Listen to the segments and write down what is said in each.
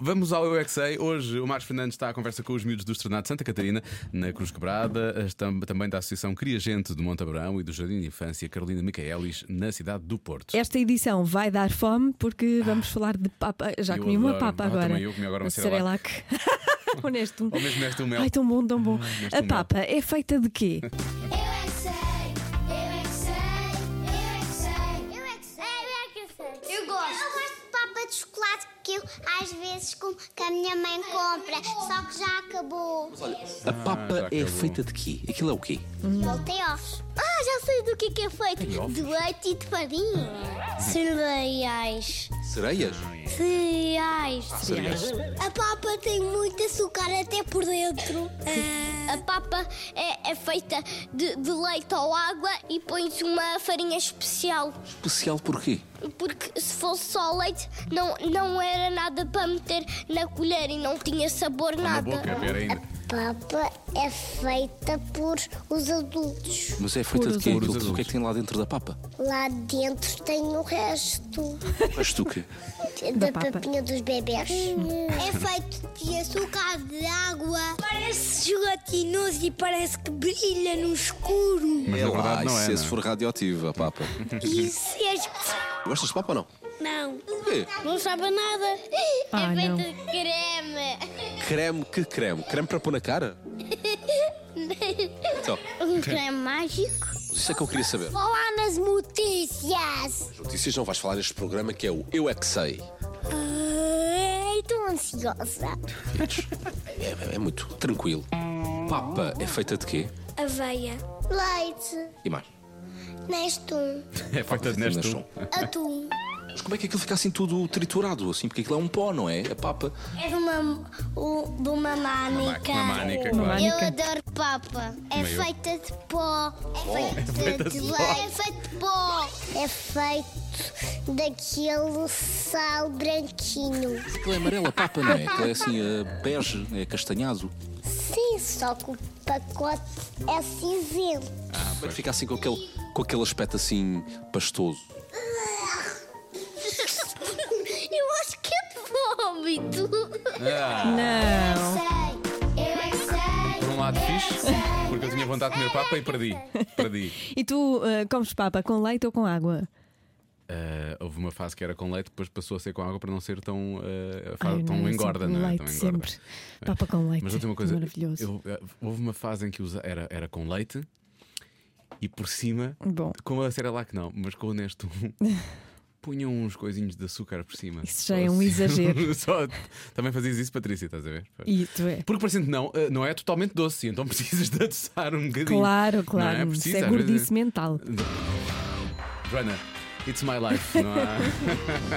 Vamos ao Eu é Que Sei. Hoje o Marcos Fernandes está à conversa com os miúdos do Estrenado de Santa Catarina, na Cruz Quebrada, as tam- também da Associação Cria Gente de Monte Abrão e do Jardim de Infância Carolina Micaelis, na cidade do Porto. Esta edição vai dar fome porque vamos falar de papa. Já Ah. eu comi uma adoro. papa Ah, agora. também eu comi agora uma Cerelac. Honesto. Ou mesmo neste um mel. Ai, tão bom, tão bom. neste um A mel. papa é feita de quê? Eu é que sei, eu é que sei, eu é que sei, eu é que sei, eu é que sei. Eu gosto. Eu gosto de papa de chocolate que eu às vezes com, que a minha mãe compra, só que já acabou. A já papa é acabou. feita de quê? Aquilo é o quê? Voltei ovos. Ah, já sei do que é que é feito. De leite e de farinha. Cereais. Sereias? é. Cereais. Ah, Sereias. A papa tem muito açúcar até por dentro. Ah. A papa é, é feita de, de leite ou água e põe-se uma farinha especial. Especial porquê? Porque se fosse só leite, não, não era nada para meter na colher e não tinha sabor Na nada. boca, pior ainda. papa é feita por os adultos. Mas é feita de quê? Puros Aquilo- adultos. O que é que tem lá dentro da papa? Lá dentro tem o resto Mas tu quê? Da papa. dos bebés. É feito de açúcar, de água. Parece gelatinoso e parece que brilha no escuro. Mas é na lá, verdade não é. isso não é é? se for radioativa, a papa. Isso é... Gostas de papa ou não? Não. Quê? Não sabe a nada. Ah, é feito não. de creme. Creme, que creme? Creme para pôr na cara? Então, Um creme mágico? isso é que eu queria saber. Falar nas notícias! Notícias não vais falar neste programa que é o Eu É Que Sei. Ai, estou Ah, é ansiosa. É, é muito tranquilo. Papa é feita de quê? Aveia. Leite. E mais? Nestum. É feita de neste Mas um. Atum. Mas como é que aquilo fica assim tudo triturado? Assim? Porque aquilo é um pó, não é? A papa. É de uma, o- de uma mânica. Uma mânica, Uma claro. mânica. adoro papa. É Também eu. feita de pó. É feita feita de de pó. leite. É feito de pó. É feito daquele sal branquinho. Aquilo é amarelo, a papa, não é? Aquilo é assim, eh, bege, é castanhado. Sim, só que o pacote é cinzento. Como é que fica assim com aquele, com aquele aspecto assim pastoso? Eu acho que é vômito. Ah, Não. Sei, eu é que sei. por um lado eu é fixe, que sei, porque eu tinha vontade de comer papa e perdi. Perdi. E tu eh, comes papa com leite ou com água? Ah, houve uma fase que era com leite, depois passou a ser com água para não ser tão, ah, fa- Ai, não, tão é engorda, sempre não é? leite, tão engorda. sempre. Papa com leite. Mas outra uma coisa, É Maravilhoso. eu- eh, houve uma fase em que usa- era, era com leite e por cima, Bom. com a Cerelac não, mas com o Nestum, punham uns coisinhos de açúcar por cima. Isso já é um exagero. Só- também fazias isso, Patrícia, estás a ver? E tu é? Porque parecendo não, eh, não é totalmente doce, então precisas de adoçar um bocadinho. Claro, Não é claro. preciso, Isso é às vezes- gordice mental. Joana, it's my life, não há?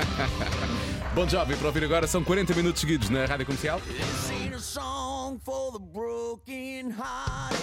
Bom jovem, para ouvir agora são 40 minutos seguidos na Rádio Comercial. This ain't a song for the broken hearted.